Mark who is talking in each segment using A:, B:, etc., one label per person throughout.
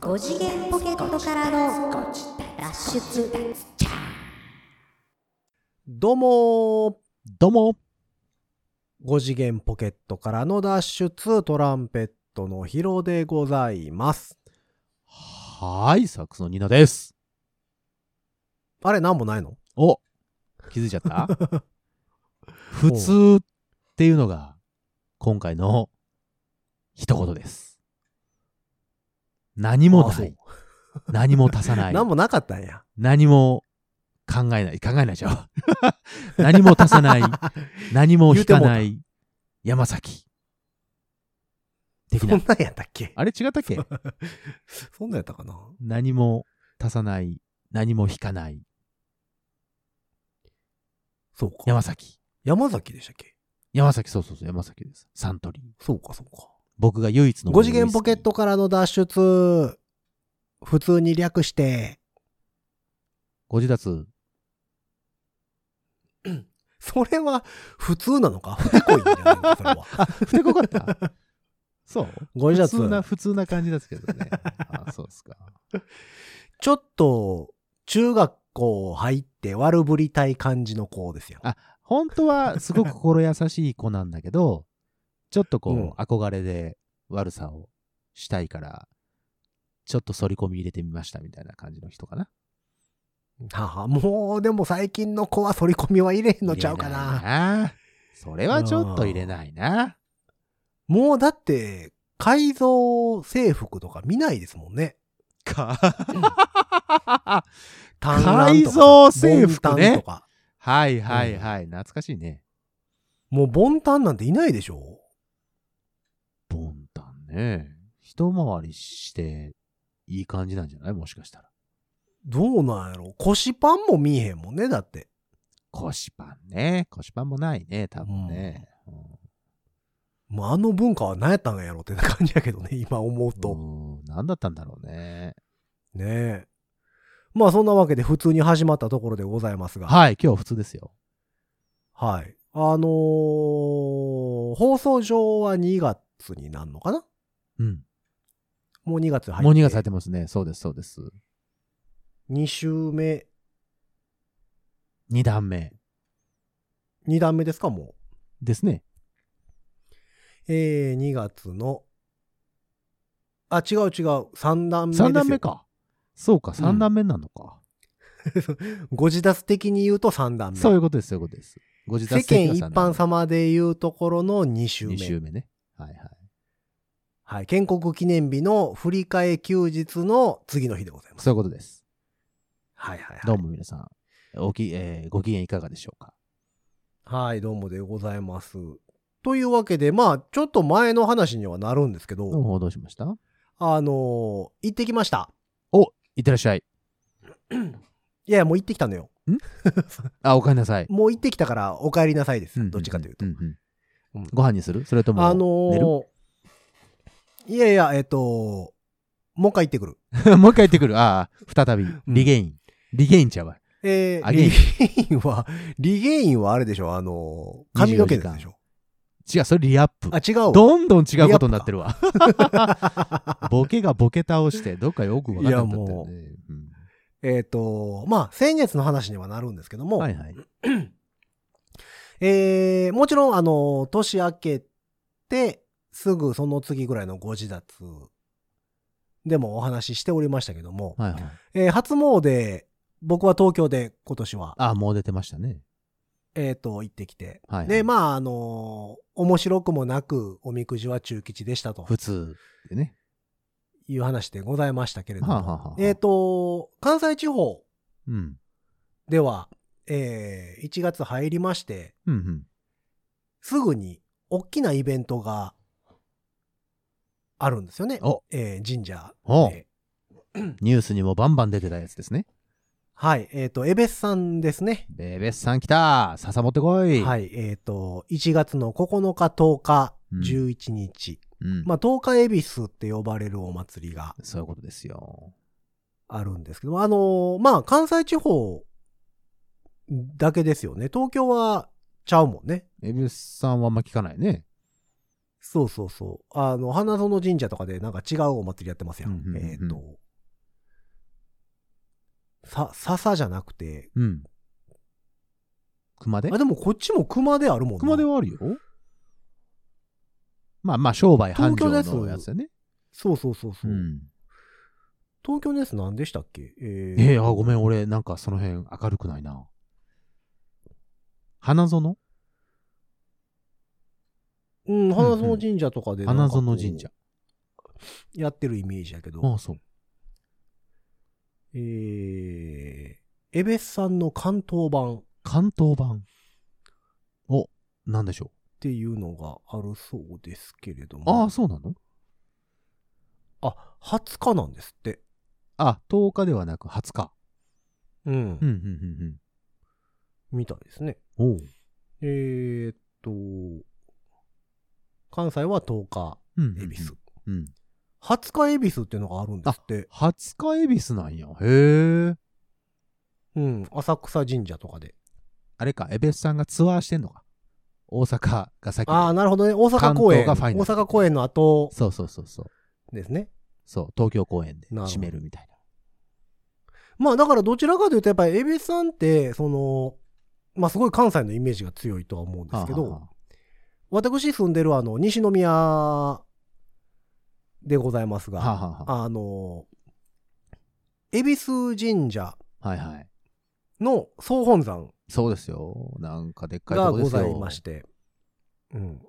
A: 5次元ポケットからの脱出
B: どうも
C: どうも、
B: ー5次元ポケットからの脱出トランペットのヒロでございます
C: はーい、サックスのニナです。
B: あれなんもないの
C: お、気づいちゃった 普通っていうのが、今回の一言です。何も
B: あ
C: な
B: そう
C: い。何も足さない。
B: なんもなかったんや
C: 何も考えない。考え ないじゃん。何も足さない。何も引かない。山崎。的
B: そん
C: な。
B: なんやったっけ
C: あれ違ったっけ
B: そんなんやったかな
C: 何も足さない。何も引かない。
B: そうか
C: 山崎。
B: 山崎でしたっけ
C: 山崎、そうそうそう、山崎です。サントリー。
B: そうかそうか
C: 僕が唯一の。
B: 5次元ポケット。からの脱出普通に略して
C: ご自立。
B: それは普通なのかふてこいんじゃないのかそれは
C: ふてこかった。そう。
B: ご自立
C: 普通な、普通な感じです けどね。あ、そうですか。
B: ちょっと中学校入って悪ぶりたい感じの子ですよ
C: あ本当はすごく心優しい子なんだけど、ちょっとこう、
B: うん
C: 憧れで悪さをしたいから、ちょっと反り込み入れてみましたみたいな感じの人かな。
B: ははもうでも最近の子は反り込みは入れへんのちゃうか
C: 入れ
B: ない
C: な。それはちょっと入れないな。
B: もうだって改造制服とか見ないですもんね
C: か、
B: 単乱とか
C: 改造制
B: ボ
C: 服ね
B: ンタンとか
C: はいはいはい、懐かしいね。
B: もうボンタンなんていないでしょ
C: ボンタンね。一回りして、いい感じなんじゃないもしかしたら。
B: どうなんやろ腰パンも見えへんもんねだって
C: 腰パンね。腰パンもないね、多分ね。
B: もうあの文化は何やったんやろってな感じやけどね 今思うと、
C: うん。何だったんだろうね。
B: ねえまあそんなわけで普通に始まったところでございますが
C: はい、今日普通ですよ。
B: はい。あのー放送上は2月になるのかな
C: うん。
B: もう2月入って。
C: もう2月入ってますね。そうです、そうです。
B: 2週目、
C: 2段目
B: 2段目ですか、も
C: ですね。
B: う。えー、2月の、あ、違う違う、3段目ですよ。
C: 3段目。か。そうか、3段目なのか。
B: ご自達的に言うと3段目。
C: そういうことです、そういうことです。ご自
B: 世
C: 宅的
B: 間
C: な
B: 一般様で言うところの2週目。
C: 2週目ね。はいはい。
B: はい。建国記念日の振り替え休日の次の日でございます。
C: そういうことです。
B: はいはいはい。
C: どうも皆さん、おきえーご機嫌いかがでしょうか。
B: はい、どうもでございます。というわけで、まあ、ちょっと前の話にはなるんですけど、
C: どうもどうしました
B: あのー行ってきました。
C: お、いってらっしゃい。
B: いやいや、もう行ってきたのよ。
C: あ、おかえりなさい。
B: もう行ってきたから、お帰りなさいです。
C: うん
B: どっちかというと。
C: んん
B: うん
C: ご飯にするそれとも、
B: あの
C: 寝る
B: ーいやいや、えっ、ともう一回行ってくる。
C: もう一回言ってくる。ああ、再び。リゲイン。リゲインちゃうわ。
B: えー、
C: あ
B: リ
C: ゲイン
B: ゲインは、リゲインはあれでしょ、あのー髪の毛のやつでしょ。
C: 違う、それリアップ。
B: あ、違うわ。
C: どんどん違うことになってるわ。ボケがボケ倒して、どっかよく分かんなくなってるよね。うん
B: えっ、とまあ、先月の話にはなるんですけども、
C: はいはい。
B: えーもちろん、あの、年明けて、すぐその次ぐらいのご自立でもお話ししておりましたけども、
C: はいはい。
B: えー初詣、僕は東京で今年は、
C: ああ、もう出てましたね。
B: えっ、と、行ってきて、
C: はいはい。
B: で、まあ、あの面白くもなく、おみくじは中吉でしたと
C: 普通でね。
B: いう話でございましたけれど
C: はあはあ
B: も
C: は、あ
B: えっ、と、関西地方
C: うん。
B: では、えー1月入りまして、
C: うんうん。
B: すぐに大きなイベントがあるんですよね。
C: お
B: えー神社
C: お
B: で。
C: ニュースにもバンバン出てたやつですね。
B: はい。えっ、と、エベスさんですね。
C: ベーベスさん来た笹持ってこい、
B: はい。えっ、と、1月の9日、10日、
C: うん
B: 11日。
C: うん
B: まあ、10日エビスって呼ばれるお祭りが
C: そういうことですよ。
B: あるんですけど、あのーまあ、関西地方だけですよね。東京はちゃうもんね。
C: エビスさんはあんま聞かないね。
B: そうそうそう。あの、花園神社とかでなんか違うお祭りやってますやん。
C: うんうんうんうん
B: えっ、と。さ、笹じゃなくて。
C: うん。熊手
B: あ、でもこっちも熊であるもんな
C: 熊手はあるよ。まあまあ、商売繁盛
B: 東京の
C: の
B: や
C: や
B: つ
C: つだね。
B: そうそうそうそうう。
C: ん。
B: 東京のやつ何でしたっけえー
C: ええあ、ごめん、俺、なんかその辺明るくないな。花園
B: うん、花園神社とかでなんか
C: 花
B: こう
C: 園神社。
B: やってるイメージやけど。
C: ああ、そう。
B: えー、エベスさんの関東版っ
C: 関東版。お、なんでしょ
B: ていうのがあるそうですけれど
C: う。あ
B: も。
C: あ、そうなの
B: あ、20日なんですって。
C: あ、10日ではなく20日。
B: うん。
C: うん、うん、うん、
B: みたいですね。
C: うん。おう。
B: えー、っと、関西は10日、
C: うんうんうん
B: 恵比寿。
C: うん。
B: 20日恵比寿っていうのがあるんですって。
C: 20日恵比寿なんや。へえ。
B: うん、浅草神社とかで。
C: あれか、エベスさんがツアーしてんのか。大阪が先で
B: ああ、なるほどね。大阪公演。
C: 関東が
B: 大
C: ファイナル
B: 阪公演の後
C: そうそうそうそう。
B: ですね。
C: そう、東京公演で
B: なるほど
C: 締めるみたいな。
B: まあだからどちらかというとやっぱり恵比寿さんって、その、まあすごい関西のイメージが強いとは思うんですけど、
C: はあはあはあ
B: 私住んでるあの、西宮でございますが、
C: はあは
B: あの、恵比寿神社
C: はいはい。
B: の総本山
C: そうですよ。なんかでっかいと
B: が
C: こ
B: ご
C: ですよ。
B: ざいまして。うん。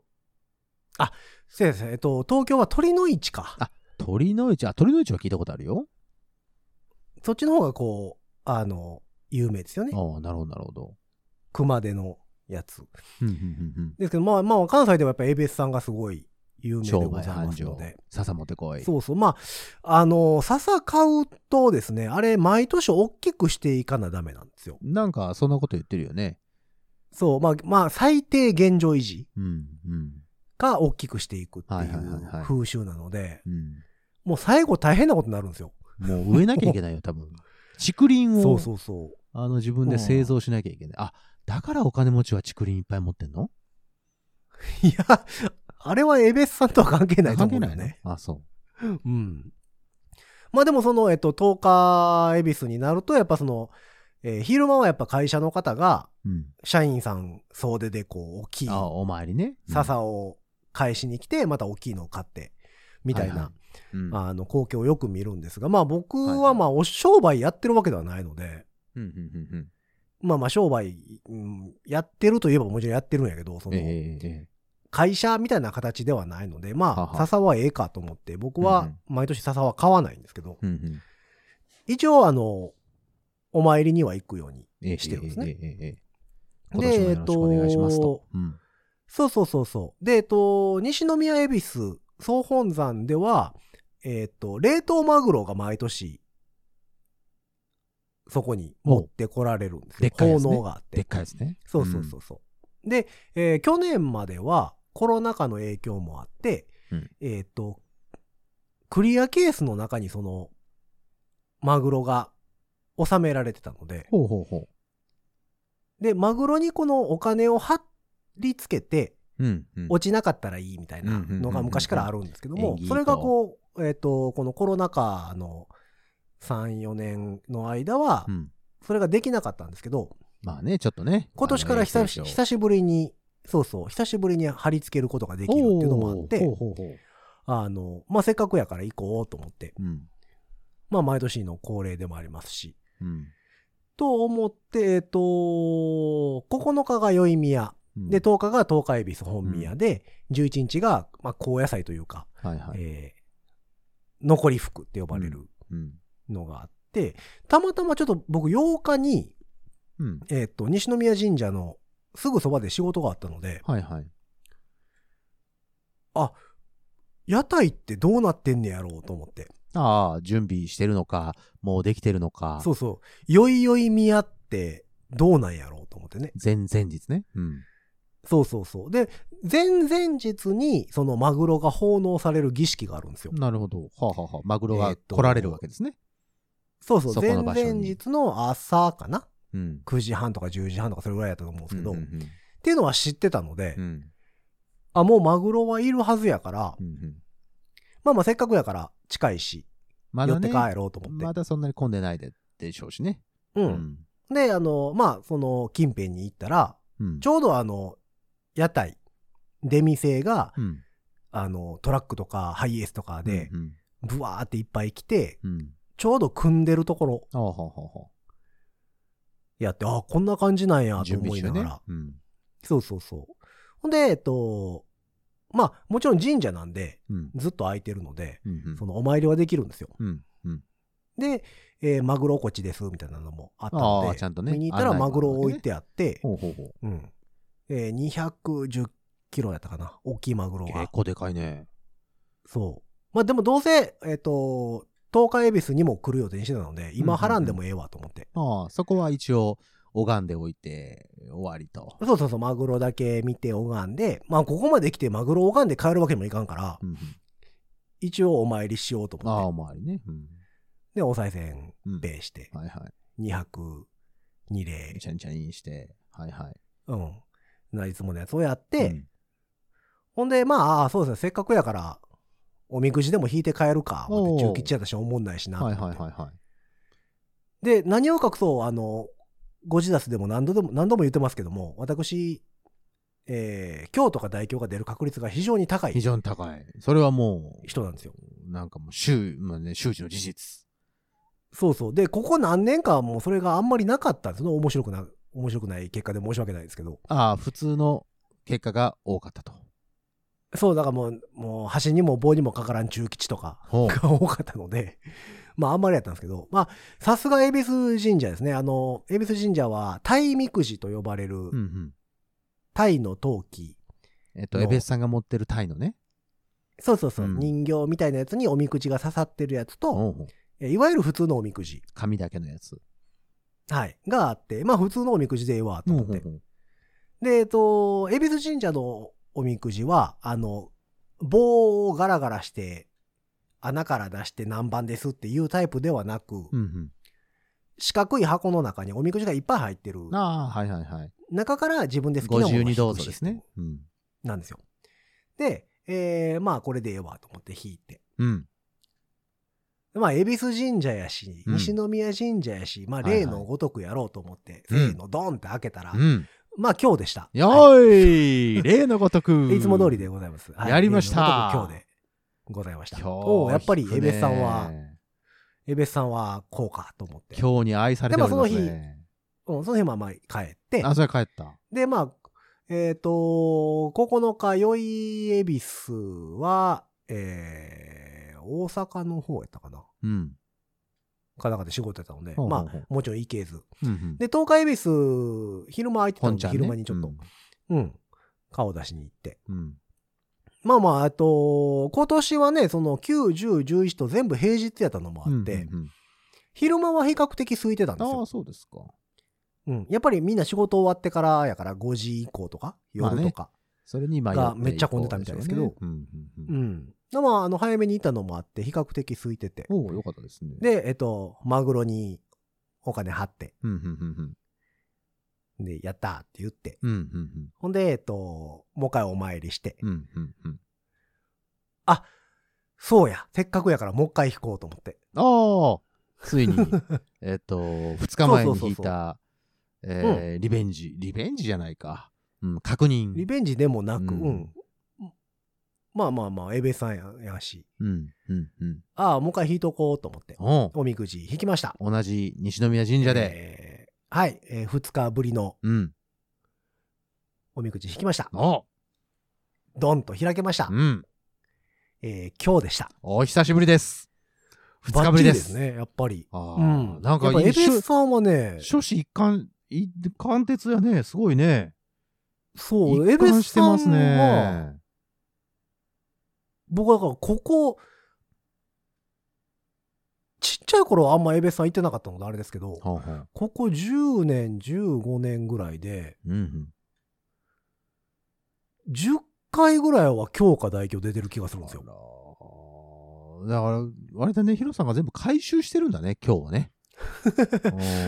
B: あ、せやせや、えっと、東京は鳥の市か。
C: あ鳥の市、あ、鳥の市は聞いたことあるよ。
B: そっちの方がこう、あの、有名ですよね。
C: ああ、なるほど、なるほど。
B: 熊手のやつ。
C: うんうんうん
B: ですけど、まあまあ、関西ではやっぱりエベスさんがすごい有名
C: うん
B: で
C: 商
B: ご
C: 売
B: ざいま
C: 繁
B: すの
C: 盛
B: で。。
C: 笹持ってこい。
B: そうそう。まあ、あの、笹買うとですね、あれ、毎年大きくしていかなダメなんですよ。
C: なんか、そんなこと言ってるよね。
B: そう。まあ、まあ、最低現状維持
C: うん、うん、
B: が大きくしていくって
C: はいいはいは
B: う
C: いはい
B: 風習なので、
C: う
B: もう最後大変なことになるんですよ。
C: ん。もう植えなきゃい けないよ、多分。竹林
B: そ
C: を
B: うそうそう。
C: あの自分で製造しなきゃいけない。あ、だからお金持ちは竹林いっぱい持ってんの
B: いや、あれはエベスさんとは関係ないと
C: 関
B: 思う
C: 係
B: んだ
C: な
B: よ
C: い
B: ね
C: ね。。あ、そう。
B: うん。まあでもその、えっと、10日恵比寿になると、やっぱその、えー昼間はやっぱ会社の方が、
C: うん。
B: 社員さん総出でこう、大きい
C: あ、お参りね。うん
B: 笹を返しに来て、また大きいのを買って、みたい
C: はいは
B: な、
C: うん
B: あの、光景をよく見るんですが、まあ僕
C: はい
B: は
C: はい
B: まあ、お商売やってるわけではないので、
C: うんうんうんうん
B: まあまあ、商売、うんやってるといえばもちろんやってるんやけど、その、
C: ええええ
B: 会社みたいな形ではないので、
C: は
B: まあ、
C: は
B: 笹はええかと思って、僕
C: うんう
B: は
C: ん
B: 毎年笹は買わないんですけど、
C: うんうん
B: 一応、あの、お参りには行くように。
C: ええ
B: してるんですね
C: ええええええ今年もよろしくお願いしますと。うん
B: そうそうそうそう。で、えっと、西宮恵比寿総本山では、えっと、冷凍マグロが毎年、そこに持ってこられるんです
C: おで
B: よ
C: っ。かいやつね
B: 奉納があって。
C: でっかいですね。
B: そうそうそうそう。で、えー去年まではコロナ禍の影響もあって、
C: うん
B: えーっと、クリアケースの中にその、マグロが収められてたので、
C: うん。ほうほうほ
B: で、マグロにこのお金を貼り付けて、
C: う。うんうん。
B: 落ちなかったらいいみたいなのが昔からあるんですけど
C: うんうんう
B: も
C: んうん、
B: それがこう、えーっと、このコロナ禍の3、4年の間は
C: う、ん
B: それができなかったんですけど、
C: まあね、ちょっとね。
B: 今年から久し
C: あの
B: 久しぶりに、そうそう、久しぶりに貼り付けることができるっていうのもあっ
C: ほう
B: て、
C: ほうほう。
B: あの、まあ、せっかくやから行こうと思って、
C: うん。
B: まあ、毎年の恒例でもありますし、
C: うん。
B: と思って、えっ、と、9日が宵宮、
C: うん
B: で、、10日が東海恵比寿本宮で、11日が、まあ、高野菜というか、
C: はいはい。
B: えー残り服って呼ばれる
C: うん。
B: のがあって、たまたまちょっと僕8日に、
C: うん。
B: えっ、と、西宮神社のすぐそばで仕事があったので、
C: はいはい。
B: 屋台ってどうなってんねやろうと思って。
C: ああ、準備してるのか、もうできてるのか。
B: そうそう。よいよい宮ってどうなんやろうと思ってね。
C: 前々日ね。うん。
B: そうそうそう。で、前々日にそのマグロが奉納される儀式があるんですよ。
C: なるほど。はあ、はあはあ、マグロ
B: え
C: が
B: ーと
C: 来られるわけですね。
B: そうそう。
C: そこ
B: 前
C: の場
B: 々
C: 所に
B: 日の朝かな
C: うん。
B: ?9 時半とか10時半とかそれぐらいやったと思うんですけど、
C: うん
B: っていうのは知ってたので、
C: うんうん
B: あ、もうマグロはいるはずやから、
C: うんうん
B: まあまあせっかくやから近いし、
C: ま
B: 寄
C: だ
B: って
C: ね、
B: 帰ろうと思って。
C: まだそんなに混んでないででしょうしね。
B: う。。
C: うん
B: で、あの、まあ、その近辺に行ったら、
C: うん
B: ちょうどあの、屋台、出店が、
C: うん
B: あの、トラックとかハイエースとかで、
C: うん
B: ブワーっていっぱい来て、
C: うんうん。
B: ちょうど組んでるところ
C: ああ、ほうほうほ
B: やって、あ、こんな感じなんや
C: う。
B: と
C: 準
B: 思
C: 備
B: い
C: して
B: なが
C: ね
B: ら。。
C: うん。
B: そうそうそう。ほんで、えっと、まあ、もちろん神社なんで、
C: うん。
B: ずっと空いてるので、
C: うんうん
B: そのお参りはできるんですよ。
C: うん。うん。
B: で、えーマグロこっちです、みたいなのもあった
C: あ
B: の
C: あ、
B: で
C: ち、ゃんとね。
B: 見に行ったら
C: 案内があ
B: マ
C: る
B: グロ
C: わけね
B: を置い。てあって、
C: ほうほうほう。
B: うん。えー210キロやったかな。大きいマグロ
C: 結
B: が。
C: 構でかいね。
B: そう。まあでもどうせ、えっ、と、東海恵比寿にも来る予定にしてたので、今はらんでもええわと思って。
C: ああ、そこは一応、拝んでおいて、終わりと。
B: そうそうそう、マグロだけ見て拝んで、まあここまで来てマグロ拝んで帰るわけにもいかんから
C: う、んうん。
B: 一応お参りしようと思っ
C: ああ、
B: て。
C: おまわりね。うん。
B: で、お賽銭
C: うん
B: べして、
C: はいは
B: 2泊2礼
C: い。、ちゃんちゃんインして。はいはい。
B: うん。ないつものやつをやって、
C: うん
B: ほんで、まあ、ああそうですね、せっかくやから、おみくじでも引いて帰るか、思って
C: おう
B: 中吉やったし、おもんないしなと
C: は
B: 思
C: い
B: って。
C: はいはいはい。
B: で、何を隠そう、あの、ゴジダスでも何度でも、何度も言ってますけども、私、えー、京都か大京が出る確率が非常に高
C: 非
B: い
C: 常に高い。それはもう、
B: 人なんですよ。
C: なんかもう、周、まあね、周知の事実。
B: そうそう。で、ここ何年かはもうそれがあんまりなかったんですよね。面白くな、面白くない結果で申し訳ないですけど。
C: ああ、普通の結果が多かったと。
B: そう、だからもう、もう、橋にも棒にもかからん中吉とか
C: ほう
B: が多かったので、まあ、あんまりやったんですけど、まあ、さすが恵比寿神社ですね。あの、恵比寿神社は、タイみくじと呼ばれる
C: うん、うん。
B: タイの陶器。
C: えっと、
B: の
C: エベスさんが持ってるタイのね。
B: そうそうそう、
C: うん
B: 人形みたいなやつにおみくじが刺さってるやつと、
C: おうおう
B: えいわゆる普通のおみくじ、
C: 紙だけのやつ。
B: はい、があって、まあ普通のおみくじでええわと思って。
C: ほう
B: で、えっと、恵比寿神社のおみくじは、あの、棒をガラガラして、穴から出して何番ですっていうタイプではなく、
C: うん
B: 四角い箱の中におみくじがいっぱい入ってる
C: うん。、ああ、はいはいはい。
B: 中から自分で好きなものを引く
C: 52どうぞです
B: シス
C: ね
B: テ。
C: うん。
B: ムなんですよ。で、えー、まあこれでええわと思って引いて。
C: うん。
B: まあ、恵比寿神社やし、
C: うん
B: 西宮神社やし、まあ、
C: はいはい
B: 例のごとくやろうと思って、
C: うん
B: せーの、ドンって開けたら、
C: うん。
B: まあ、今日でした。
C: よ
B: は
C: ーい、例のごとく。
B: い、いつも通りでございます。はい
C: やりました
B: 例のごとく今日でございました。
C: 今日
B: おうやっぱり、エベスさんは
C: ね、
B: エベスさんはこうかと思って。
C: 今日に愛されておりますね。
B: うん、その日はまあ、帰って、
C: あ、それ帰った。
B: で、まあ、えっ、と、9日、宵恵比寿は、えー、大阪の方やったかな。
C: うん。
B: かなんかで仕事やったので、
C: ほうほうほ
B: ま
C: う
B: あ、もちろん行けず。
C: うんうん
B: で、東海恵比寿、昼間空いてたの
C: 本ち
B: で、
C: ゃんね。
B: 昼間にちょっと、うん。顔出しに行って。
C: うん。うん。
B: まあまあ、あと、今年はね、その9、10、11と全部平日やったのもあって、
C: うんうんうん
B: 昼間は比較的空いてたんです
C: ああ、
B: よ。
C: そうですか。
B: うん。やっぱりみんな仕事終わってからやから5時以降とか、夜とか。
C: それに今
B: がめっちゃ混んでたみたいですけど
C: うんうんう。
B: うんん。でまあ、あの、早めに行ったのもあって、比較的空いてて。
C: おお、よかったですね。、
B: で、えっと、マグロにお金張って、
C: うんうんうん
B: で、やったーって言って。
C: うん。うんうん
B: ほんで、えっと、もう一回お参りして、
C: うん。うんうんうん。
B: そうや、せっかくやからもう一回引こうと思って。
C: ああ、つい に、えっと、2日前に引いた、えーリベンジ、リベンジじゃないか。うん、確認。
B: リベンジでもなく、う
C: う
B: んん。まあまあまあ、エベさんややし、
C: うん、うん、うん。
B: ああ、もう一回引いとこうと思って、
C: おう
B: おみくじ引きました。
C: 同じ西宮神社で。
B: えーはい、え2日ぶりの
C: うん。
B: おみくじ引きました。
C: おう
B: ドンと開けました
C: う。ん。
B: えー今日でした。
C: お久しぶりです。2日ぶり
B: バッチリ
C: で。
B: ですすね、やっぱり。
C: ああ、
B: うん。
C: なんか
B: やっぱエベ
C: 初
B: さんはね、
C: 初子一貫、一貫徹やね、すごいね。
B: そう、エ
C: 一
B: ベ
C: 貫して
B: さん
C: ます
B: は、
C: ね。
B: 僕はだからここ、ちっちゃい頃はあんまエベさん行ってなかったのであれですけど、
C: ほうほう
B: ここ10年、15年ぐらいで、
C: うんうん。
B: 10回ぐらいは強化代表出てる気がするんですよ。
C: あらーだから、割とね、ヒロさんが全部回収してるんだね、今日はね。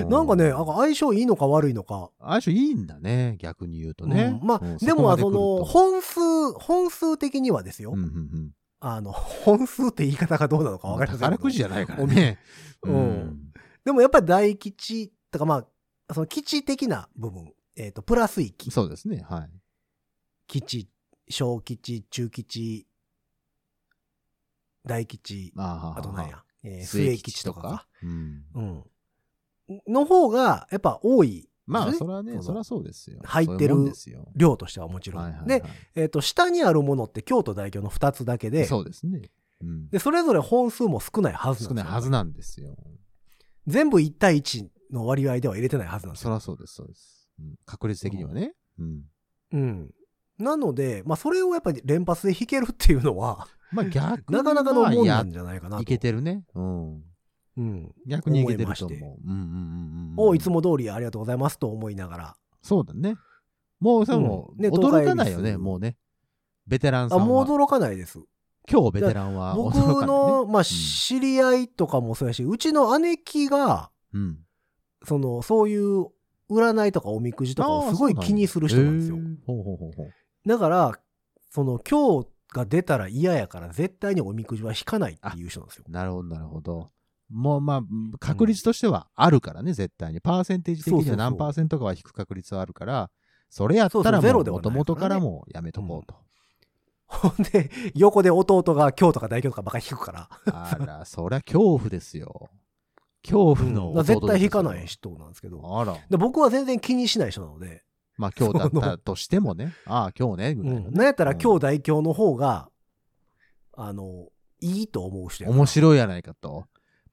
B: なんかね、なん
C: あ
B: か相性いいのか悪いのか。
C: 相性いいんだね、逆に言うとね。
B: うんま
C: うん
B: あ、でも、その、
C: こ
B: 本数、本数的にはですよ。
C: まで来るとうんうんうん
B: あの、 本数って言い方がどうなのか分かりませんけど。
C: 宝くじじゃないからね。
B: うんでもやっぱり大吉とか、まあ、その基地的な部分、えっ、と、プラス
C: うん
B: 域、
C: そうですね、はい。
B: 基地、小基地、中基地、大吉、
C: あー
B: あとなん。や、えー末
C: 末
B: 基
C: 吉
B: 地
C: と
B: とか
C: か
B: か。。
C: うん
B: うん。の方が、やっぱ多い
C: まあ、
B: ね
C: それはね、
B: そうそう
C: それはそうですよ。
B: 入ってる
C: そういうもんですよ
B: 量としてはもちろん。
C: はいはいはい
B: で、えっ、と、下にあるものって京都代表の2つだけで、
C: そうですね。うん
B: で、それぞれ本数も少ないはずな
C: 少
B: んで
C: な
B: す
C: い
B: よ
C: はずなんですよ。
B: 全部1対1の割合では入れてないはずなんです
C: そ
B: よ。
C: りゃそうです、そうです。うん確率的にはね。うん
B: うん。なので、まあ、それをやっぱり連発で弾けるっていうのは、
C: まあ、逆に。
B: なかなかのもん
C: ま
B: な
C: あ
B: んじゃないかな
C: や
B: と。
C: いけてるね。うん。
B: うん。
C: 逆にいけてると
B: 思いま
C: 思う。うんうんうんうん。
B: おいつ。も通りありがとうございますと思いながら。
C: そうだね。もう、さ、
B: うん
C: もう、
B: ね
C: 驚かない
B: 東海恵
C: よ
B: 比
C: ね、
B: 寿
C: もうね。ベテランさ
B: あ、
C: んは。
B: もう驚かないです。
C: 今日ベテランは驚
B: 僕
C: かないね。
B: の、まあ、知り合いとかもそうやし、うちの姉貴が、
C: うん。
B: その、そういう占いとかおみくじとかをすごい気にする人なんですよ
C: へ。ーほうほうほうほう。
B: だから、その、今日が出たら嫌やから、絶対におみくじは引かないっていう人なんですよ。
C: なるほど、なるほど。もうまあ、確率としてはあるからね、絶対に。パーセンテージ的
B: そう
C: に
B: そうそう
C: は何パーセントかは引く確率はあるから、それやっ
B: そ
C: た
B: うそ
C: ら
B: うゼロ
C: も
B: で
C: と
B: は
C: も
B: ないか
C: と
B: らね
C: 元々からもうやめとこうと。
B: ほん で、横で弟が今日とか大京とかばっかり引くから、
C: あら、そりゃ恐怖ですよ。恐怖の弟
B: だから
C: ですよ
B: 絶対引かない。人なんですけど。
C: あら。
B: で僕は全然気にしない人なので、
C: まあ今日だったとしてもね、ああ、今日ね、ぐ
B: う
C: らい
B: ん
C: の、
B: なん
C: ね。
B: やったら今日代表の方が、あの、いいと思う人やから
C: 面白いやないかと。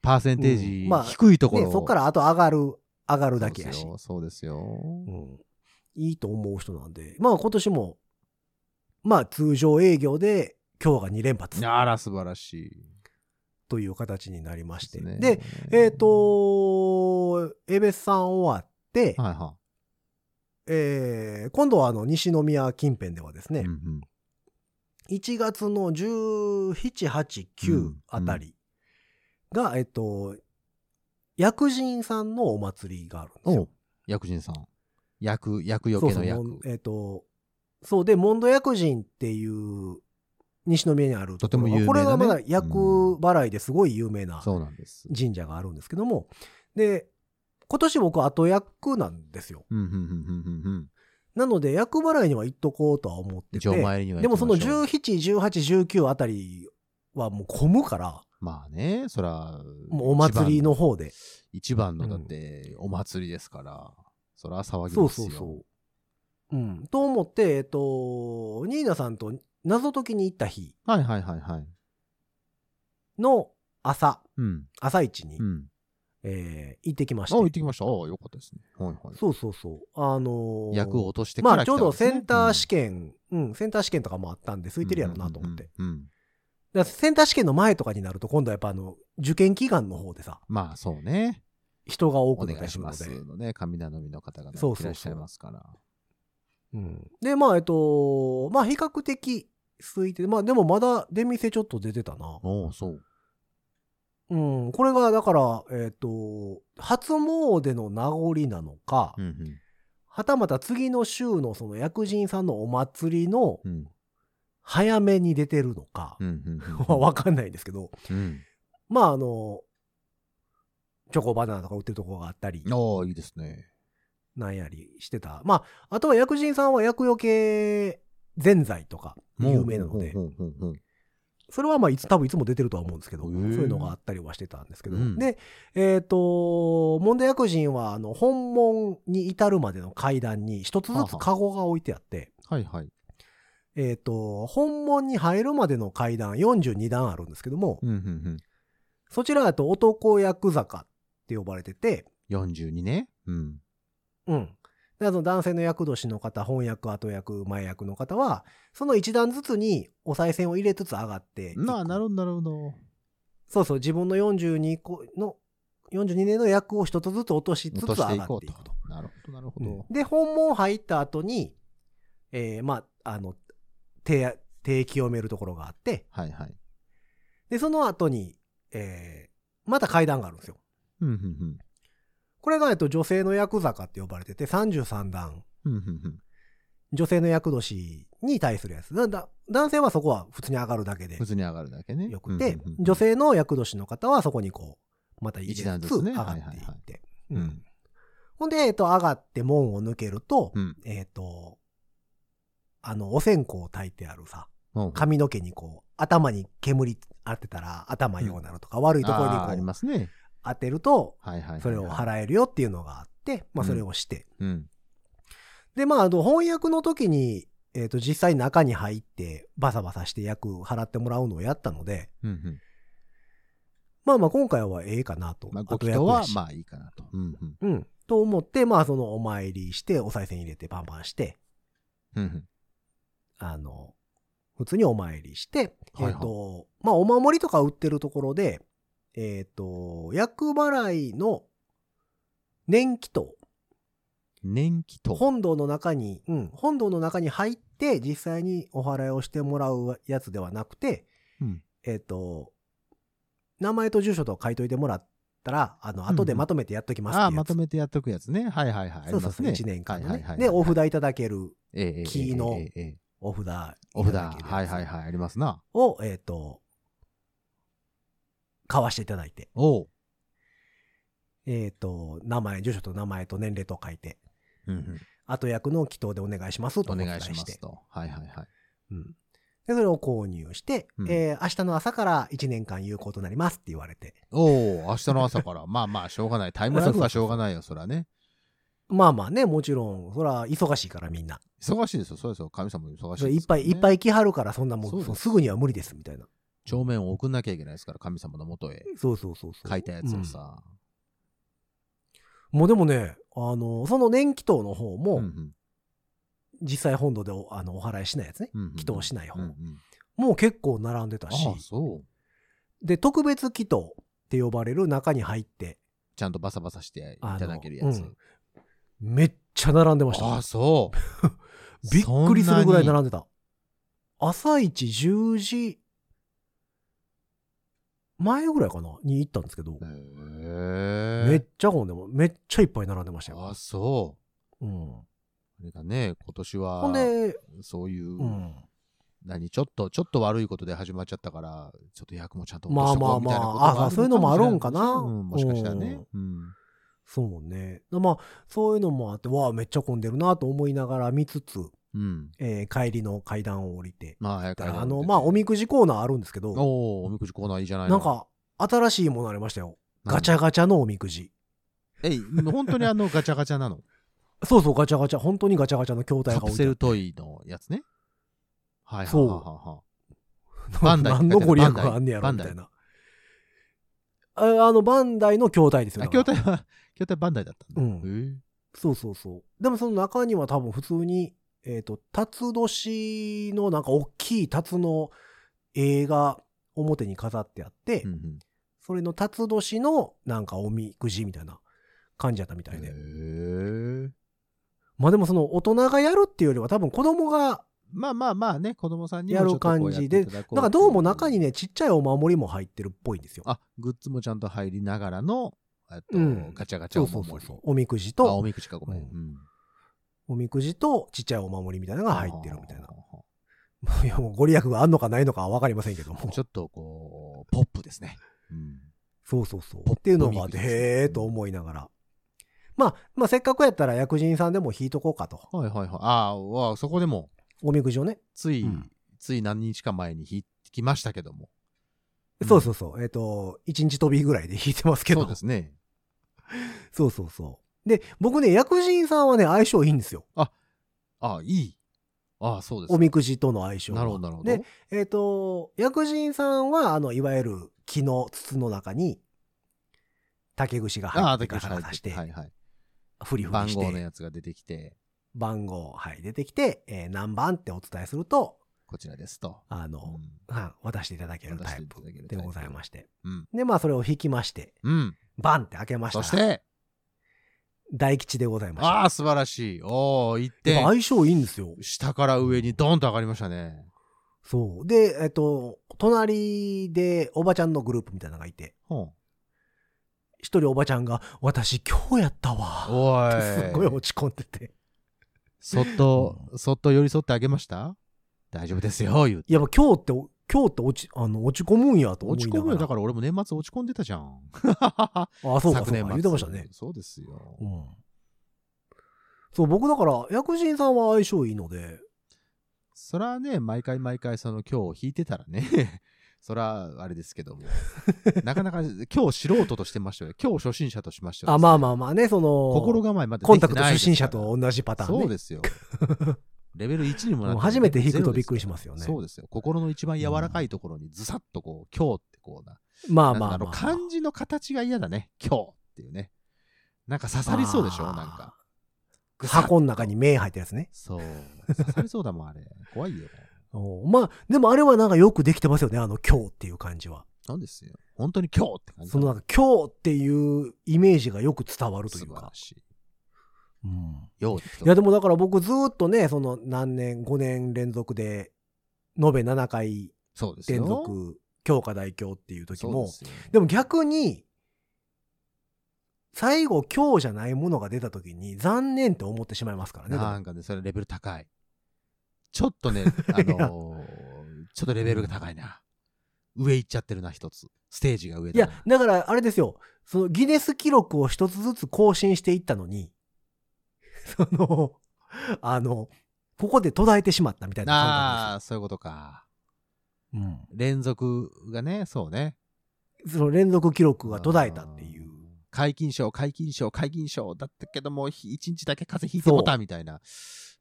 C: パーセンテージ
B: うんまあ
C: 低いところを、
B: ね、そっからあと上がる、上がるだけやし。
C: そうですよ。そうですよ。
B: うん。いいと思う人なんで、まあ今年も、まあ通常営業で今日が2連発
C: あら、素晴らしい。
B: という形になりまして。
C: すね
B: で、、えっ、、と、エベスさん終わって、
C: はいは
B: えー今度はあの西宮近辺ではです
C: い。
B: ね
C: う、んうん
B: 1月の17、8、
C: う
B: 9
C: ん
B: あたりが、えっと、薬人さんのお祭りがあるんです
C: お
B: よ
C: う。薬人さん。薬、薬よ
B: そう
C: け
B: そ
C: の
B: う
C: 薬。
B: もんえっと、そうで、モンド薬人っていう、西宮にあるところが
C: とても有名なね
B: これがまだ薬払いですごい有名な
C: そうなんです。
B: 神社があるんですけども、で、今年僕後薬なんですよ。
C: うん、うん、うん、うん、うん。
B: なので、薬払いには行っとこうとは思って
C: 一応お
B: て、
C: 参りには
B: でもその
C: 行きましょ
B: 17、
C: う
B: 18、19あたりはもう混むから、
C: まあね、そら、
B: もうお祭りの方で。
C: 一番の、一番のだって、お祭りですから、そら騒ぎ
B: そう
C: ます
B: そ
C: よ。
B: うそう。うん。と思って、えっと、ニーナさんと謎解きに行った日
C: はいはいはいはい。
B: の朝、
C: うん、
B: 朝一に、
C: うん。
B: えー行ってきま
C: あ、
B: し。
C: 行っててきました。あよかったですね。はいはい。
B: そうそうそう。あのー
C: 薬を落としてから
B: まあ、ちょうどセンター試
C: 験
B: 験、うん、センター試験とかもあったんで、空いてるやろなと思って。。
C: うんうんうんうん
B: だからセンター試験の前とかになると、今度はやっぱあの、受験祈願の方でさ、
C: まあそうね。
B: 人が多
C: お
B: くなっ
C: 願
B: た
C: い
B: りす
C: し
B: るの
C: ます
B: で。
C: のね、神頼みの方がね
B: そうそうそ
C: い
B: う
C: らっしゃいますから。
B: うん。で、まあ、えっと、まあ、比較的空いて、まあ、でもまだ出店ちょっと出てたな。
C: おお、そう。
B: うん、これがだから、えっ、と、初詣の名残なのか、
C: うんうん
B: はたまた次の週のその薬人さんのお祭りの
C: うん
B: 早めに出てるのか
C: う、んうんうん
B: は わかんないんですけど、
C: うん。
B: まああの、チョコバナナとか売ってるとこがあったり、
C: ああ、いいですね。
B: なんやりしてた。まあ、あとは薬人さんは薬よけぜんざいとか有名なので
C: ほ、うほうほうほう
B: それはまあいつ、多分いつも出てるとは思うんですけど、
C: へ
B: そう
C: え
B: いうのがあったりはしてたんですけど、
C: うん
B: で、えっ、と、問題薬人は、あの、本門に至るまでの階段に一つずつカゴが置いてあって、
C: はいはい。
B: えっ、と、本門に入るまでの階段42段あるんですけども、
C: うんうん
B: そちらだと男役坂って呼ばれてて、
C: うん。42ね。うん。
B: うん。であの男性の役年の方、本役、後役、前役の方は、その一段ずつにお賽銭を入れつつ上がっていく、
C: なあ、なるほど、なるほど。
B: そうそう、自分の42個の、42年の役を一つずつ落としつつ
C: 落
B: 上
C: としてい
B: が
C: こ
B: っ
C: う
B: てい
C: と
B: くと。。
C: なるほど、なるほど。
B: で、本門入った後に、えーまあ、あの、手、手清めるところがあって、
C: はいはい。
B: で、その後に、えーまた階段があるんですよ。
C: うんうんうん。
B: これが、えっと、女性の役坂って呼ばれてて、33段、
C: うんうんうん
B: 女性の役年に対するやつ。なんだ、男性はそこは普通に上がるだけで
C: 普通に上がるだけね。
B: よくて
C: うんうん、うん
B: 女。性の役年の方はそこにこう、また一
C: 一
B: 段
C: 段
B: ず
C: ず
B: つ
C: つ
B: 上
C: ね
B: がってい
C: はいは
B: っ
C: い
B: て。
C: う
B: うん
C: ん。
B: ほんで、えっと、上がって門を抜けると、
C: うん。
B: えっと、あの、お線香を焚いてあるさ、
C: うん
B: 髪の毛にこう、頭に煙当てたら頭ようなるとか、悪いところに
C: あーあり
B: こう、
C: ますね。
B: 当てると、
C: はいはいはいはい。
B: それを払えるよっていうのがあって、まあそれをして。
C: うん。
B: で、まあ、あの、翻訳の時に、えっ、と、実際中に入って、バサバサして役払ってもらうのをやったので、
C: うんうん。
B: まあまあ今回はええかなと。
C: まあ、
B: 後
C: ご祈祷は
B: 役や、し
C: まあいいかなと。うんうん。
B: うん。と思って、まあそのお参りして、お賽銭入れてパンパンして、
C: うんうん。
B: あの、普通にお参りして、
C: はいはい
B: えっ、と、まあお守りとか売ってるところで、えっ、と、役払いの年祈祷。
C: 年祈祷。
B: 本堂の中に、うん、本堂の中に入って実際にお祓いをしてもらうやつではなくて、
C: うん
B: えっ、と、名前と住所と書いといてもらったら、あの、
C: んうん
B: 後でまとめてやっときますって
C: あ
B: や
C: あ、
B: つ。
C: まとめてやっとくやつね。はいはいはい。
B: そうそうそう、
C: あります
B: 1
C: ね
B: 年間のね、
C: はいはいはい。
B: で、お札いただける、
C: ええ、ええ
B: 木の
C: ええええ
B: お札いただける
C: お札。
B: やつ
C: はいはいはい。ありますな。
B: を、えっ、と、交わしていただいて、
C: おう。
B: えっ、と、名前、住所と名前と年齢と書いて、
C: うんうん。
B: 後役の祈祷でお願いしますと
C: お
B: お伝
C: 願
B: え
C: いしま
B: して
C: す。と。はいはいはい。
B: うんで、それを購入して、
C: うん
B: えー明日の朝から1年間有効となりますって言われて。
C: おお、明日の朝から。まあまあ、しょうがない。タイムラグはしょうがないよ、そらね。
B: まあまあね、もちろん、そら、忙しいからみんな。
C: 忙しいですよ、そうですよ。神様も忙しい
B: それ
C: で
B: いっ
C: す
B: ぱ
C: から
B: い
C: ね、
B: いっぱい来はるから、そんなもん、
C: そうです
B: そうすぐには無理です、みたいな。
C: 帳面を送んなきゃいけないですから、神様のもとへ
B: そうそうそうそう。
C: 書いたやつをさ。
B: うん。もうでもね、あの、その年祈祷の方
C: う
B: も、
C: んうん
B: 実際本土でおあのお祓いしないやつね。
C: うんうん
B: 祈祷しない方
C: うんうん
B: もう結構並んでたし
C: あ、あ、そう。
B: で、特別祈祷って呼ばれる中に入って、
C: ちゃんとバサバサしてい
B: あの
C: ただけるやつ。
B: うんめっちゃ並んでまし
C: あ
B: た
C: あ、。そう。
B: びっくりするぐらい並
C: ん
B: んでた。朝一10時前ぐらいかなに行ったんですけど、め
C: へ
B: っ
C: え。
B: ちゃ混んでも、めっちゃいっぱい並んでました
C: あ
B: よ。
C: あ、そう。
B: うん、
C: あれだね、今年
B: ほん
C: は、
B: で、
C: そういう、
B: うん、
C: 何、ちょっと、ちょっと悪いことで始まっちゃったから、ちょっと役もちゃんと落
B: ま
C: と
B: あ
C: しと
B: ま
C: こ
B: あ
C: うみ
B: ま
C: たいなことが
B: あ、あ
C: る
B: そういうのもあるんかな。
C: うんもしかしたらね。うん。
B: そうね。まあ、そういうのもあって、わあ、めっちゃ混んでるなと思いながら見つつ、
C: うん。
B: えー帰りの階段を降りて、
C: まあ、早く
B: だからあの、まあ、おみくじコーナーあるんですけど、
C: おーおみくじコーナーいいじゃない
B: な
C: の
B: ん、か、新しいものありましたよ。ガチ
C: ャ。
B: ャガチャのおみくじ。
C: えい、本当 にあの、ガチャガチャなの。
B: そうそう、ガチャガチャ。本当にガチャガチャの筐体
C: カ
B: が置
C: プ
B: いて
C: セ
B: あ
C: ル
B: る。
C: トイのやつね。はいはい
B: そう
C: はいはいはい。バンダイって
B: 何の
C: 書いてある
B: ご利益
C: バンダイ
B: があんねや
C: バ
B: ろ、
C: ン
B: み
C: ダイ
B: たいな。ああの、バンダイの筐体ですよ。
C: あ、
B: だから
C: 筐体は、筐体バンダイだったんだ。
B: うん
C: へ
B: そうそうそう。でもその中には多分普通に、えっ、と、辰年のなんか大きい辰の映画表に飾ってあって、
C: えうんうん
B: それの辰年のなんかおみくじみたいな感じだったみたいで。
C: へえ。
B: まあでもその大人がやるっていうよりは多分子供が、
C: まあまあまあね、子供さんに
B: や
C: も
B: る
C: ちょっとこうやっていただこうっていう。
B: なんかどうも中にね、ちっちゃいお守りも入ってるっぽいんですよ。
C: あ、グッズもちゃんと入りながらの、えっと、
B: うん
C: ガチャガチャ
B: そ
C: お
B: うそう
C: 守り。
B: そうそう。おみくじ
C: あ、お
B: と、
C: みくじか、ごめん。
B: うん
C: うん
B: おみくじとちっちゃいお守りみたいなのが入ってるみたいな
C: あ。ー
B: いやもうご利益があんのかないのかはわかりませんけども。
C: ちょっとこう、ポップですね。うん
B: そうそうそう。
C: ポップ
B: っていうのがあって、
C: ミュージックですね
B: へえーと思いながら。まあ、まあ、せっかくやったら薬人さんでも引いとこうかと。
C: はいはいはい。ああ、わあそこでも、
B: おみくじをね。
C: つい、
B: うん
C: つい何日か前に引きましたけども。うん
B: そうそうそう。えっ、と、一日飛びぐらいで引いてますけど。
C: そうですね。
B: そうそうそう。で、僕ね、薬人さんはね、相性いいんですよ。
C: ああ、いい。ああ、そうです。
B: おみくじとの相性が。
C: なるほど、なるほど。
B: で、えっ、と、薬人さんは、あの、いわゆる木の筒の中に、竹串が
C: あ
B: 入
C: あ、
B: って
C: だ
B: ガ
C: け
B: サガサして、
C: はいはい。
B: フリフリ
C: 番
B: して、
C: 号のやつが出てきて、
B: 番号、はい、出てきて、えー何番ってお伝えすると、
C: こちらですと。
B: あ
C: う
B: の、
C: ん
B: はい、渡していただけるタイ
C: 渡していただける
B: プ
C: タ
B: で
C: イプ
B: ございまして。
C: うん
B: で、まあ、それを引きまして、
C: うん。
B: バンって開けました
C: そ
B: ら。
C: して、
B: 大吉でございました。
C: ああ、素晴らしい。おお、
B: や
C: 一
B: っぱ
C: 点。
B: 相性いいんですよ。
C: 下から上にドーンと上がりましたね。
B: そう。で、えっと、隣でおばちゃんのグループみたいなのがいて、
C: ほ
B: 一人おばちゃんが、私今日やったわ。
C: お い。
B: すっごい落ち込んでて。
C: そっと、そっと寄り添ってあげました大丈夫ですよ、言うて。
B: いや、もう今日って、今日って落ち、あの、落ち込むんやと思い
C: 落ち
B: な
C: 込
B: が
C: む
B: ら。
C: よ。だから俺も年末落ち込んでたじゃん。
B: ら。あ、そうか、そう
C: 昨
B: か。
C: 年末。
B: 言ってましたね。。
C: そうですよ
B: う。ん。そう、僕だから、薬師さんは相性いいので、
C: そらね、毎回毎回その今日を弾いてたらね、 そらあれですけど も、なかなか今日素人としてましたよ。今日初心者としましたよ。
B: あ、まあまあまあね、その、
C: 心構えまでできてないですから
B: コンタクト初心者と同じパターン、ね。
C: そうで すよ。レベル1にもな
B: もう
C: って
B: 初めて弾くとびっくり
C: し
B: しますよね。
C: そうですよ。心の一番柔らかいところにずさっとこう、今日ってこうな。
B: まあ
C: なん
B: ま
C: か
B: あ
C: あ
B: ま
C: の
B: あ。
C: 漢字の形が嫌だね。今日っていうね。なんか刺さりそうでしょ
B: あ
C: な
B: ー
C: んか。ぐさっと
B: 箱の中に目入ったやつね。
C: そう。 刺さりそうだもん、あれ。怖いよ。
B: おまあ、でもあれはなんかよくできてますよね、あの今日っていう感じは。
C: なんですよ。本当に今日って感じだ
B: そのなんか今日っていうイメージがよく伝わるとい
C: 素
B: う
C: 晴ら
B: か。
C: しい。
B: うん
C: ようで
B: いやでもだから僕ずーっとね、その何年、5年連続で、延べ7回
C: そうですよ。
B: 連続、強化代表っていう時
C: そう
B: も
C: で、すよ
B: でも逆に、最後今日じゃないものが出た時に残念って思ってしまいますからね。だか
C: な
B: ら
C: んかね、それレベル高い。ちょっ とね、あのーちょっとレベルが高いな。上行っちゃってるな、一つ。ステージが上
B: い
C: だな。
B: や、だからあれですよ。そのギネス記録を一つずつ更新していったのに、 その、あの、ここで途絶えてしまったみたいな
C: あ
B: 感
C: あ、そういうことか。
B: じなんですよ
C: 連続がね、そうね。
B: うん。その連続記録が途絶えたっていう。
C: 解禁賞、解禁賞、解禁賞だったけども、ひ一日だけ風邪ひいてもたみたいな。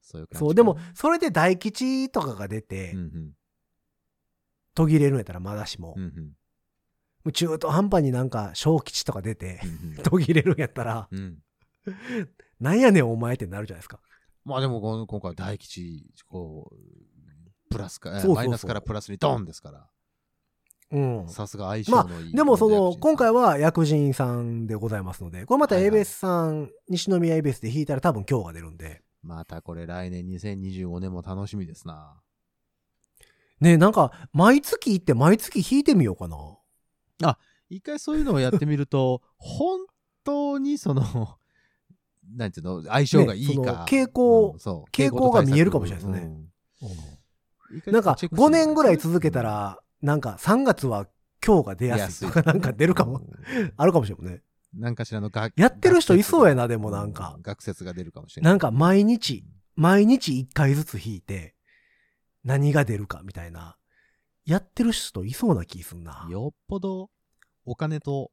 C: そういう感じかな。
B: そう、でも、それで大吉とかが出て
C: うん、うん、
B: 途切れるんやったらまだしも、
C: うん
B: も
C: うん、うん
B: う中途半端になんか小吉とか出て、
C: うん
B: 途切れるんやったら、
C: うん。
B: なんやねんお前ってなるじゃないですか。
C: まあでもこの、今回は大吉、こう、プラスか、えー
B: そうそうそう
C: マイナスからプラスにドンですから。
B: うん。
C: さすが相性のいい、
B: でもその、
C: 薬師さん
B: 今回、は薬人さんでございますので、これまた
C: はいはい
B: ABS さん、西宮 ABS で弾いたら多分今日が出るんで。
C: またこれ来年2025年も楽しみですな。
B: ねなんか、毎月行って毎月弾いてみようかな。
C: 一回そういうのをやってみる と、本当にその、なんていうの、相性がいい
B: ねそ
C: か
B: の。傾向
C: うんそう
B: 傾向が見えるかもしれないですね。
C: うん一回
B: なんか、
C: チェックして
B: 5
C: みる
B: 年ぐらい続けた、ら、なんか、3月は今日が出やすいとか、なんか出るかも、。
C: うん
B: あるかもしれんね。
C: なんかしらのが
B: やってる人いそうや
C: な、
B: な、でもなんか
C: う。学説が出るかもしれない。
B: なんか、毎日、毎日1回ずつ弾いて、何が出るかみたいな。やってる人いそうな気すんな。
C: よっぽどお金と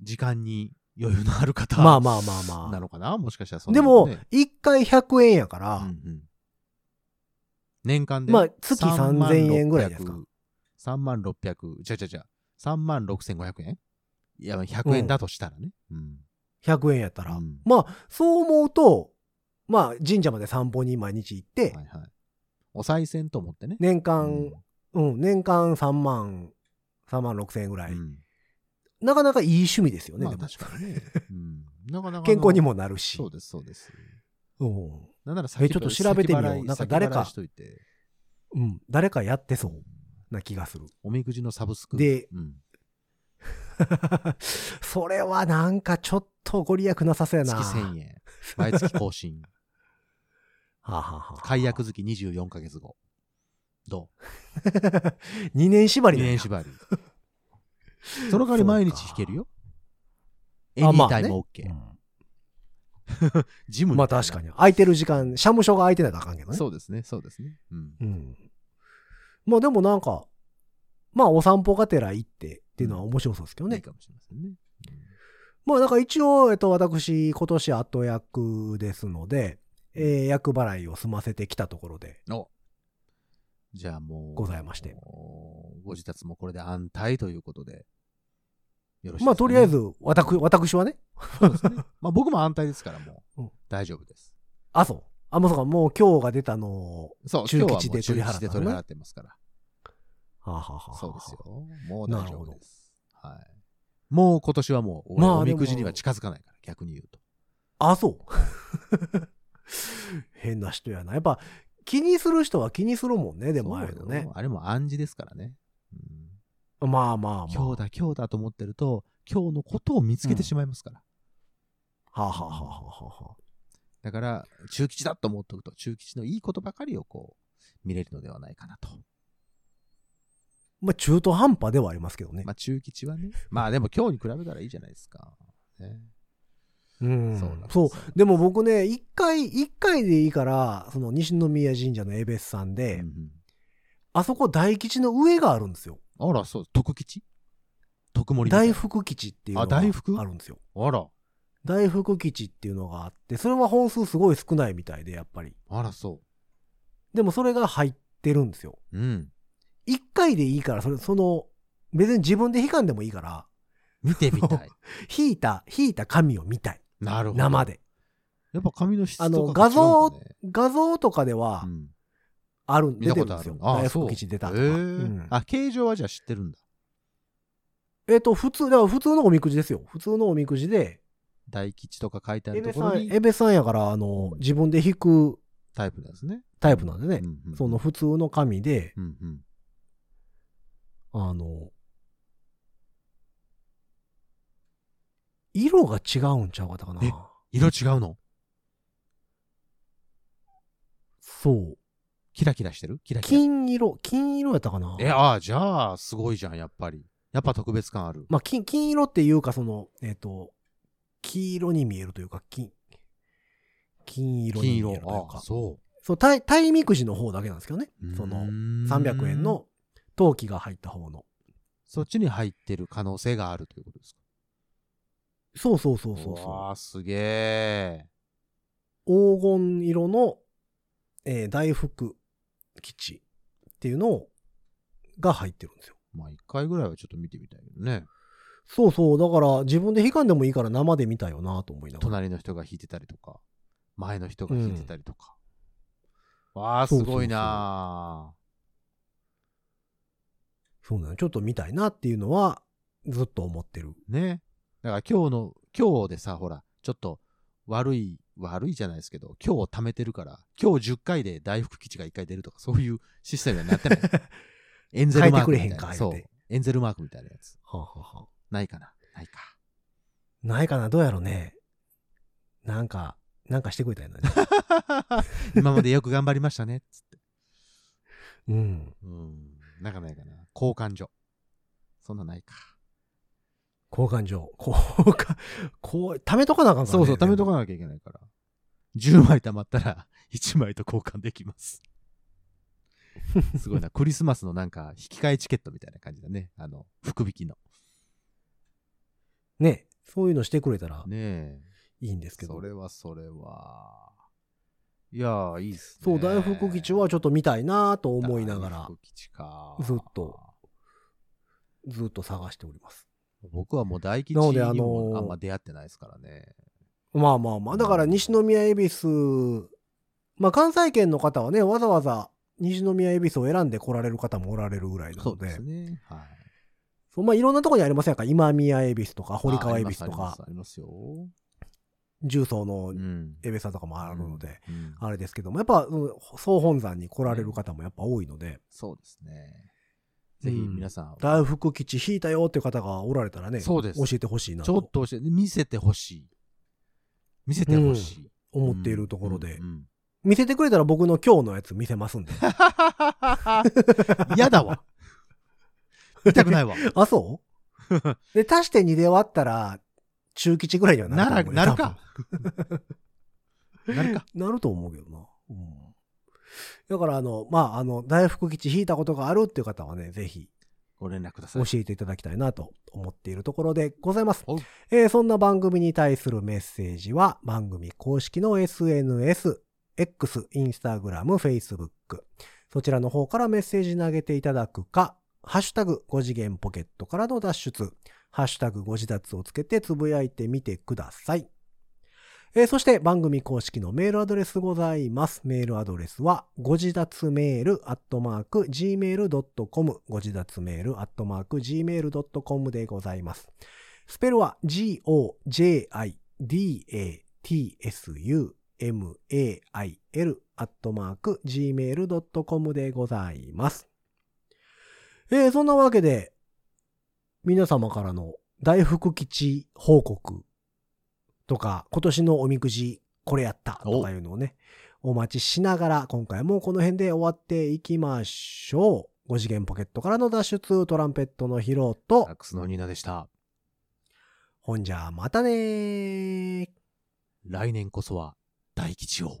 C: 時間に余裕のある方
B: まあまあまあまあ
C: な。のかなもしかしたらそん
B: で
C: な
B: も
C: ね、
B: 1回100円やか
C: うんう
B: ら、
C: ん年間で
B: まあ、月3000円ぐらいですか。
C: 3万600じゃじゃじゃ3万6500円いやまあ100円だとしたらね、うん
B: 100円やったら
C: うん。
B: まあ、そう思うと、まあ、神社まで散歩に毎日行って
C: は、いはいお賽銭と思ってね
B: 年
C: うん
B: 間、うん、年間3万、3万6千円ぐらい。
C: うん
B: なかなかいい趣味ですよね、
C: まあ
B: でも
C: 確かにね、うんなかなかの
B: 健康にもなるし
C: そ。うですそうです
B: うん。
C: なんなら先
B: えちょっと調べてみよう
C: 先払い
B: なんか誰か
C: 先払いしといて
B: うん。誰かやってそうな気がする。
C: おみくじのサブスク。
B: で
C: うん
B: それはなんかちょっとご利益なさそうや
C: 月
B: な。
C: 1000円。毎月更新。
B: はあはあはあ
C: 解約月24ヶ月後。ど
B: 2年縛
C: う
B: り
C: ?2
B: なんや
C: 年縛り。その代わり毎日弾けるよ。エニ
B: あま
C: ー
B: あ
C: タ
B: ね
C: イム OK
B: う。ん
C: ジム
B: まあ確か
C: に。
B: に。空いてる時間、社務所が空いてないとあかんけどね。
C: そうですね、そうですね。うん
B: う。ん。まあでもなんか、まあお散歩がてら行ってっていうのは面白そうですけど
C: いい
B: ね。
C: かもしれませんね。
B: まあなんか一応、えっと、私、今年後役ですので、えー、役払いを済ませてきたところで、
C: うんおじゃあもう。
B: ございまして。
C: ご自宅もこれで安泰ということで。よろしいですかね
B: まあとりあえず、私、私はね、
C: そうですね。まあ僕も安泰ですからも
B: うん
C: う。大丈夫です。
B: あ、そう。あ、もうそうか、もう今日が出たのを、
C: そう、
B: 中
C: 今日は
B: 吉
C: もう
B: で
C: 中
B: 取り払った
C: 吉
B: のね
C: で取り払ってますから。
B: はあ、はあはあ
C: そうです。よ。もう大丈夫
B: なるほど
C: です。はい。もう今年はもう、
B: まあ
C: おみく
B: で
C: じ
B: も
C: には近づかないから、逆に言うと。
B: あ、そう。 変な人やな。やっぱ、気にする人は気にするもんね、でもああいうの
C: そう
B: ね
C: よ。あれも暗示ですからね。う
B: まあ
C: ん
B: まあまあ。
C: 今日だ、今日だと思ってると、今日のことを見つけてしまいますから。
B: はあ、はあはあはあはあ、
C: だから、中吉だと思っておくと、中吉のいいことばかりをこう、見れるのではないかなと。
B: まあ、中途半端ではありますけどね。
C: まあ、中吉はね。まあ、でも今日に比べたらいいじゃないですか。ね、
B: うん
C: そうなんです
B: そう。でも僕ね、一回、一回でいいから、その西宮神社のエベスさんで、
C: うんうん
B: あそこ大吉の上があるんですよ。
C: あら、そう、徳吉徳森みたい
B: 大
C: な
B: 福吉っていうの
C: あ大福
B: があるんですよ。
C: あら、
B: 大福吉っていうのがあって、それは本数すごい少ないみたいで、やっぱり。
C: あら、そ
B: でもそれが入ってるんですよ。
C: う。うん。
B: 一回でいいから、それ、その、別に自分で引かんでもいいから、
C: 見てみたい。
B: 引いた、引いた紙を見たい。
C: なるほど。
B: 生で。
C: やっぱ紙の質とか
B: あの
C: が違うんだね
B: 画像とかでは
C: う、ん
B: ある、ん、出
C: 見た
B: てる
C: こ
B: んで
C: とあ
B: す
C: る
B: よ。
C: あ
B: 大
C: そう
B: 福吉出た
C: へ
B: と
C: え
B: か。うん
C: あ、形状はじゃあ知ってるんだ。
B: えっと、普通、だから普通のおみくじですよ。普通のおみくじで、
C: 大吉とか書いてあ
B: エ
C: る
B: ベ
C: とこ
B: さ
C: ろ
B: ん、
C: に
B: エベさんやから、あの、自分で引く
C: タイプなんですね。
B: タイプなんでね、
C: うんうん
B: その、普通の紙で、
C: うんうん。
B: あの、色が違うんちゃうかったかな
C: え。色違うの
B: そう。
C: キラキラしてるキラキラ。
B: 金色、金色やったかな。
C: え、ああ、じゃあ、すごいじゃん、やっぱり。やっぱ特別感ある。
B: まあ、金、金色っていうか、その、えっ、と、黄色に見えるというか、金、金色
C: 金
B: に見
C: 色
B: える。という
C: ああ、
B: か。
C: そ
B: そう、タイ、タイみくじの方だけなんですけどね
C: う。。
B: その
C: う、ーん
B: 300円。の陶器が入った方の。
C: そっちに入ってる可能性があるということですか。
B: そうそうそうそうそう
C: わーすげえ。
B: う。黄金色の、えー大福基地っていうのをが入ってるんですよ。
C: まあ、一回ぐらいはちょっと見てみたいけどね。
B: そうそう。だから自分で引かんでもいいから生で見たよなと思いながら。
C: 隣の人が弾いてたりとか、前の人が弾いてたりとか。わあ、
B: そ
C: す
B: うそうそう
C: ごいな
B: そうなの。ちょっと見たいなっていうのはずっと思ってる。
C: ーね。だから今日の、今日でさ、ほら、ちょっと悪い、悪いじゃないですけど、今日を貯めてるから、今日10回で大福吉が1回出るとか、そういうシステムにはなってない。エンゼルマークみたい
B: 変えてくれへん
C: な。
B: か
C: そう
B: 言うて。
C: エンゼルマークみたいなやつ。
B: はあはあはあ
C: ないかなないか。
B: ないかなどうやろね。なんか、なんかしてくれたよな。
C: 今までよく頑張りましたね。つって。
B: うん。
C: うん。なんかないかな。交換所。そんなないか。
B: 好感情。こうか、こう、貯めとかなあかんから、
C: そ
B: ね。
C: うそう、貯めとか
B: な。
C: なきゃいけないから。10枚貯まったら 1枚と交換でき ます。すごいな。クリスマスのなんか、引き換えチケットみたいな感じだね。あの、福引きの。
B: ね。そういうのしてくれたら
C: ねえ。
B: いいんですけど。
C: それはそれは。いやー、いいっすね。
B: そう、大福吉はちょっと見たいなと思いなが
C: 大
B: ら、
C: 福吉か。
B: ずっと。ずっと探しております。
C: 僕はもう大吉
B: なの
C: に
B: であのー
C: もあんま出会ってないですからね。
B: まあまあまあ、だから西宮恵比寿、まあ関西圏の方はね、わざわざ西宮恵比寿を選んで来られる方もおられるぐらいな
C: そ
B: の
C: う
B: で、
C: で
B: そ
C: す
B: う
C: ね。はい。
B: まあいろんなとこにありませんか今宮恵比寿とか、堀
C: ああ
B: 川
C: り
B: 恵
C: ま
B: 比
C: す
B: 寿とか、
C: ありますありますよ。
B: 重曹の
C: うん。
B: 恵比寿さんとかもあるので、
C: うん
B: あれですけども、やっぱ、うん総本山に来られる方もやっぱ多いので、
C: そうですね。ぜひ皆さん、
B: 大福基地引いたよっていう方がおられたらね、
C: そうです
B: 教えてほしいな
C: ちょっ
B: と
C: と教えて見せてほしい。見せてほしい。
B: 思っているところで、
C: うんうん
B: 見せてくれたら僕の今日のやつ見せます んで。
C: うん嫌だわ。見たくないわ。
B: あ、そうで、足して2で割ったら、中吉ぐらいには なる
C: な
B: と
C: ら、
B: 思うよ
C: なるか。なるか。
B: 多分なると思うけどな。うん。だから、あの、まあ、あの、大福吉引いたことがあるっていう方はね、ぜひ
C: ご連絡くださ
B: 教
C: い。
B: えていただきたいなと思っているところでございます
C: はい。
B: えーそんな番組に対するメッセージは、番組公式の SNS、X、Instagram、Facebook、そちらの方からメッセージ投げていただくか、ハッシュタグ5次元ポケットからの脱出、ハッシュタグ5次脱をつけてつぶやいてみてください。えーそして番組公式のメールアドレスございます。メールアドレスは、ご自立メールアットマーク gmail.com、ご自立メールアットマーク gmail.com でございます。スペルは g-o-j-i-d-a-t-s-u-m-a-i-l アットマーク gmail.com でございます。えーそんなわけで、皆様からの大福吉報告とか、今年のおみくじこれやったとかいうのをね、お待ちしながら、今回もこの辺で終わっていきましょう。5次元ポケットからの脱出、トランペットのヒロと
C: サッ、クスのニーナでした。
B: ほんじゃ、またねー。
C: 来年こそは大吉を。